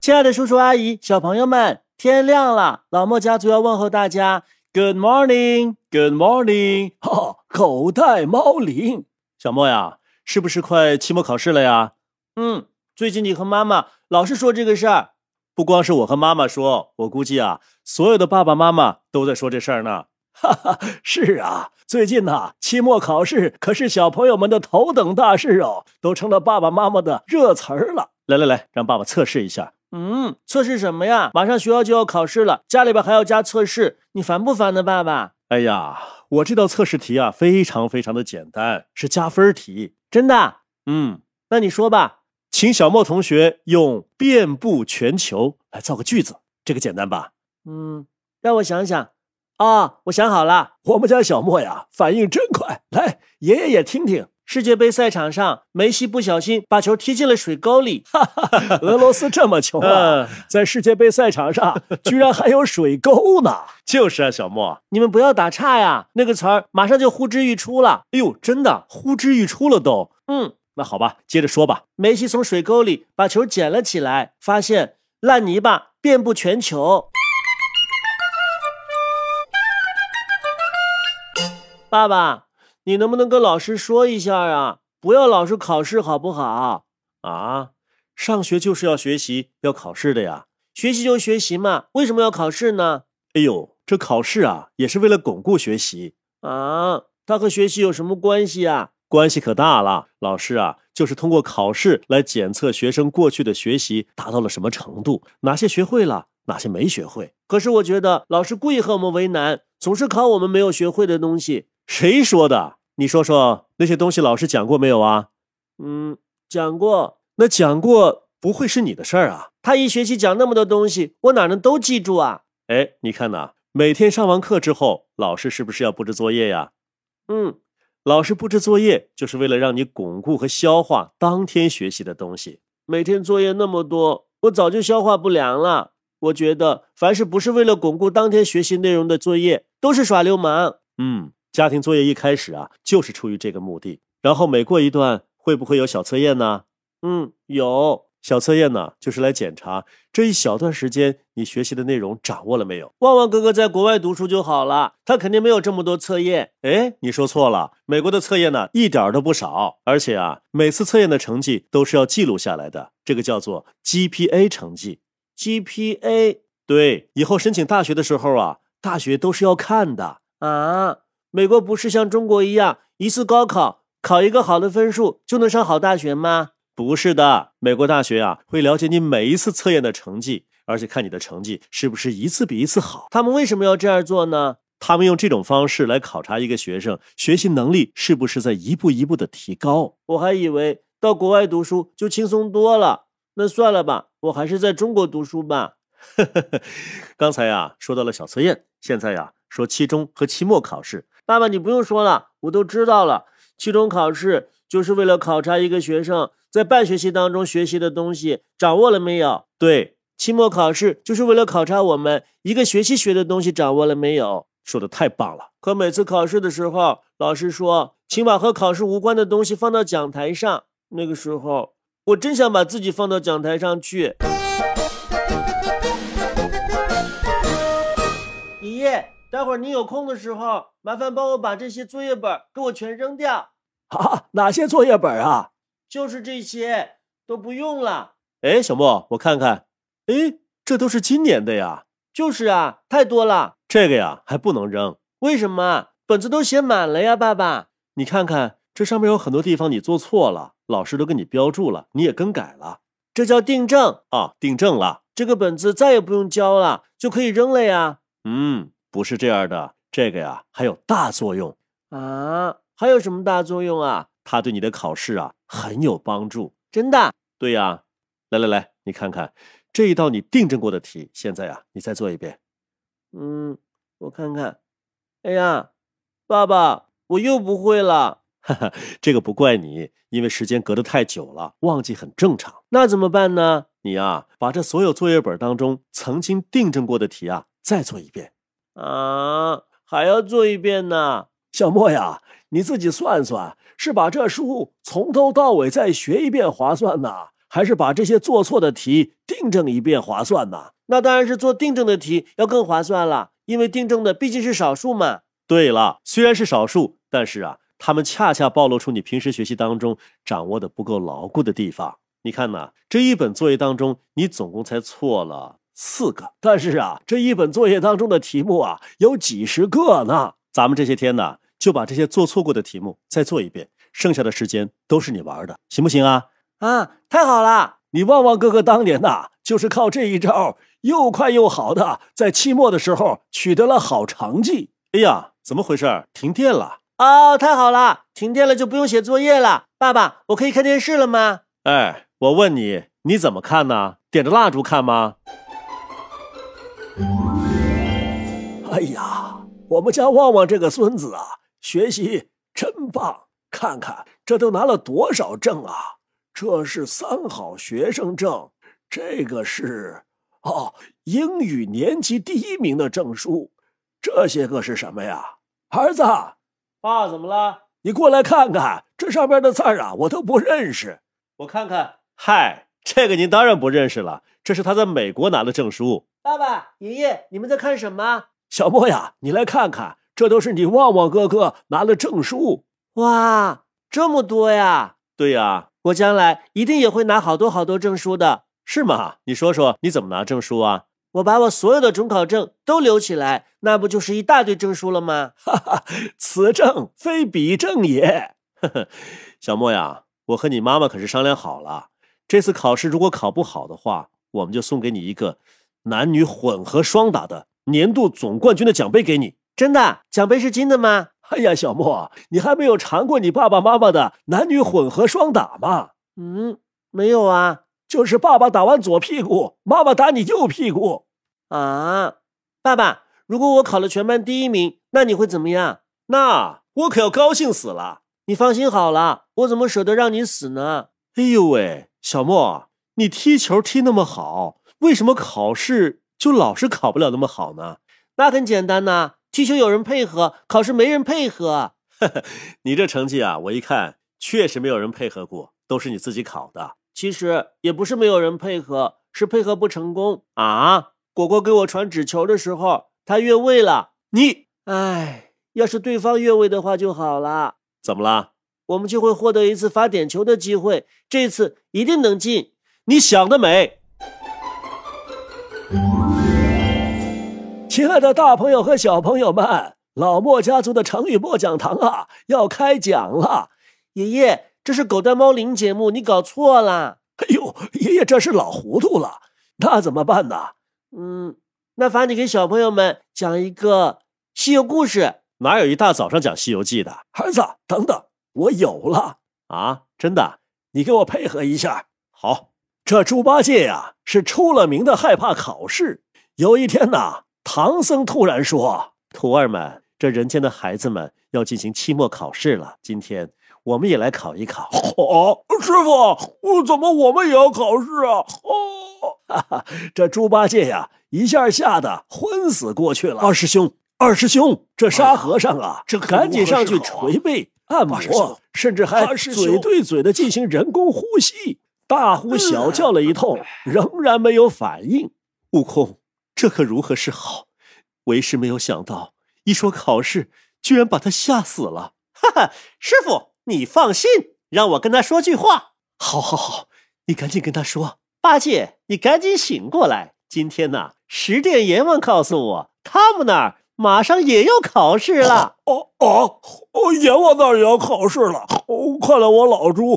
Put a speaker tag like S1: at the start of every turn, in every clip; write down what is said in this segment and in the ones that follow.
S1: 亲爱的叔叔阿姨、小朋友们，天亮了，老莫家族要问候大家，Good morning，Good morning，哈、哈，口袋猫铃。小莫呀，是不是快期末考试了呀？嗯，最近你和妈妈老是说这个事儿，不光是我和妈妈说，我估计啊，所有的爸爸妈妈都在说这事儿呢。哈哈， 是啊，最近呐、期末考试可是小朋友们的头等大事哦，都成了爸爸妈妈的热词儿了。来来来，让爸爸测试一下。嗯，测试什么呀？马上学校就要考试了，家里边还要加测试，你烦不烦呢，爸爸？哎呀，我这道测试题啊，非常非常的简单，是加分题。真的？嗯，那你说吧，请小莫同学用“遍布全球”来造个句子，这个简单吧？嗯，让我想想。啊、我想好了，我们家小莫呀，反应真快。来，爷爷也听听。世界杯赛场上，梅西不小心把球踢进了水沟里。哈哈哈， 俄罗斯这么穷啊，在世界杯赛场 上居然还有水沟呢！就是啊，小莫，你们不要打岔呀，那个词儿马上就呼之欲出了。哎呦，真的呼之欲出了都。嗯，那好吧，接着说吧。梅西从水沟里把球捡了起来，发现烂泥巴遍布全球。爸爸，你能不能跟老师说一下啊？不要老是考试好不好？啊，上学就是要学习，要考试的呀。学习就学习嘛，为什么要考试呢？哎呦，这考试啊，也是为了巩固学习啊。它和学习有什么关系啊？关系可大了。老师啊，就是通过考试来检测学生过去的学习达到了什么程度，哪些学会了，哪些没学会。可是我觉得老师故意和我们为难，总是考我们没有学会的东西。谁说的？你说说那些东西老师讲过没有啊？嗯，讲过。那讲过不会是你的事儿啊？他一学期讲那么多东西，我哪能都记住啊？哎，你看呐、每天上完课之后，老师是不是要布置作业呀？嗯，老师布置作业就是为了让你巩固和消化当天学习的东西。每天作业那么多，我早就消化不良了。我觉得凡是不是为了巩固当天学习内容的作业，都是耍流氓。嗯，家庭作业一开始啊，就是出于这个目的。然后每过一段，会不会有小测验呢？嗯，有小测验呢，就是来检查这一小段时间你学习的内容掌握了没有。旺旺哥哥在国外读书就好了，他肯定没有这么多测验。哎，你说错了，美国的测验呢一点儿都不少，而且啊，每次测验的成绩都是要记录下来的，这个叫做 GPA 成绩。GPA。对，以后申请大学的时候啊，大学都是要看的啊。美国不是像中国一样一次高考考一个好的分数就能上好大学吗？不是的，美国大学啊会了解你每一次测验的成绩，而且看你的成绩是不是一次比一次好。他们为什么要这样做呢？他们用这种方式来考察一个学生学习能力是不是在一步一步的提高。我还以为到国外读书就轻松多了，那算了吧，我还是在中国读书吧。 刚才呀、啊说到了小测验，现在呀、说期中和期末考试。爸爸，你不用说了，我都知道了。期中考试就是为了考察一个学生在半学期当中学习的东西掌握了没有。对，期末考试就是为了考察我们一个学期学的东西掌握了没有。说的太棒了！可每次考试的时候，老师说，请把和考试无关的东西放到讲台上。那个时候，我真想把自己放到讲台上去。爷爷，待会儿您有空的时候，麻烦帮我把这些作业本儿给我全扔掉。啊，哪些作业本啊？就是这些，都不用了。哎，小莫，我看看，哎，这都是今年的呀。就是啊，太多了。这个呀，还不能扔。为什么？本子都写满了呀，爸爸。你看看，这上面有很多地方你做错了，老师都给你标注了，你也更改了。这叫订正啊，订正了，这个本子再也不用交了，就可以扔了呀。嗯，不是这样的，这个呀还有大作用啊，还有什么大作用啊？它对你的考试啊很有帮助，真的。对呀、来来来，你看看这一道你订正过的题，现在啊你再做一遍。嗯，我看看，哎呀，爸爸，我又不会了。哈哈， 这个不怪你，因为时间隔得太久了，忘记很正常。那怎么办呢？你呀、把这所有作业本当中曾经订正过的题啊，再做一遍。啊，还要做一遍呢。小莫呀，你自己算算，是把这书从头到尾再学一遍划算呢，还是把这些做错的题订正一遍划算呐？那当然是做订正的题要更划算了，因为订正的毕竟是少数嘛。对了，虽然是少数，但是啊，他们恰恰暴露出你平时学习当中掌握的不够牢固的地方。你看呐，这一本作业当中，你总共才错了四个，但是啊，这一本作业当中的题目啊，有几十个呢。咱们这些天呢，就把这些做错过的题目再做一遍，剩下的时间都是你玩的，行不行啊？啊，太好了！你旺旺哥哥当年呐、就是靠这一招又快又好的，在期末的时候取得了好成绩。哎呀，怎么回事儿？停电了！哦，太好了，停电了就不用写作业了。爸爸，我可以看电视了吗？哎，我问你，你怎么看呢？点着蜡烛看吗？哎呀，我们家旺旺这个孙子啊，学习真棒！看看这都拿了多少证啊！这是三好学生证，这个是哦，英语年级第一名的证书。这些个是什么呀？儿子，爸，怎么了？你过来看看，这上边的字儿啊，我都不认识。我看看，嗨，这个您当然不认识了，这是他在美国拿的证书。爸爸、爷爷，你们在看什么？小莫呀，你来看看，这都是你旺旺哥哥拿了证书。哇，这么多呀！对呀、我将来一定也会拿好多好多证书的。是吗？你说说你怎么拿证书啊？我把我所有的准考证都留起来，那不就是一大堆证书了 吗？哈哈，此证非彼证也。 呵呵，小莫呀，我和你妈妈可是商量好了，这次考试如果考不好的话，我们就送给你一个男女混合双打的年度总冠军的奖杯给你。真的？奖杯是金的吗？哎呀，小莫，你还没有尝过你爸爸妈妈的男女混合双打吗？嗯，没有啊。就是爸爸打完左屁股，妈妈打你右屁股。啊，爸爸，如果我考了全班第一名，那你会怎么样？那我可要高兴死了。你放心好了，我怎么舍得让你死呢？哎呦喂，小莫，你踢球踢那么好，为什么考试就老是考不了那么好呢？那很简单呐、踢球有人配合，考试没人配合。 你这成绩啊，我一看确实没有人配合过，都是你自己考的。其实也不是没有人配合，是配合不成功啊。果果给我传纸球的时候，他越位了。你，哎，要是对方越位的话就好了。怎么了？我们就会获得一次罚点球的机会，这次一定能进。你想得美！亲爱的，大朋友和小朋友们，老莫家族的成语播讲堂啊，要开讲了。爷爷，这是狗带猫铃节目，你搞错了。哎呦，爷爷这是老糊涂了，那怎么办呢？嗯，那罚你给小朋友们讲一个西游故事。哪有一大早上讲《西游记》的？儿子，等等，我有了啊！真的，你给我配合一下。好，这猪八戒呀、是出了名的害怕考试。有一天呐，唐僧突然说：“徒儿们，这人间的孩子们要进行期末考试了，今天我们也来考一考。”哦，师傅，怎么我们也要考试啊？哦，哈哈，这猪八戒呀、一下吓得昏死过去了。二师兄，二师兄，这沙和尚啊，
S2: 这可如何
S1: 赶紧上去
S2: 是好啊
S1: 捶背、按
S2: 二师兄
S1: 摩，甚至还
S2: 二师兄
S1: 嘴对嘴的进行人工呼吸，大呼
S2: 嗯
S1: 小叫了一通，仍然没有反应。悟空，这可如何是好？为师没有想到，一说考试，居然把他吓死了。哈哈，师傅，你放心，让我跟他说句话。好，好，好，你赶紧跟他说。八戒，你赶紧醒过来！今天呐、十殿阎王告诉我，他们那儿马上也要考试了。
S2: 哦哦哦，阎王那儿也要考试了，哦，看来我老猪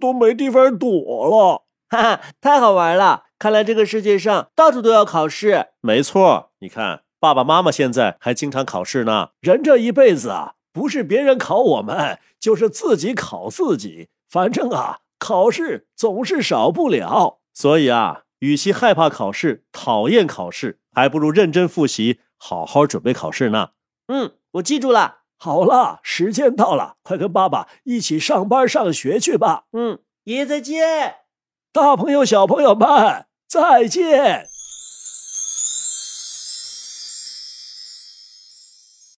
S2: 都没地方躲了。
S1: 哈哈，太好玩了！看来这个世界上到处都要考试。没错，你看爸爸妈妈现在还经常考试呢。人这一辈子啊，不是别人考我们，就是自己考自己。反正啊，考试总是少不了。所以啊，与其害怕考试、讨厌考试，还不如认真复习，好好准备考试呢。嗯，我记住了。好了，时间到了，快跟爸爸一起上班上学去吧。嗯，爷爷再见。大朋友、小朋友们，再见。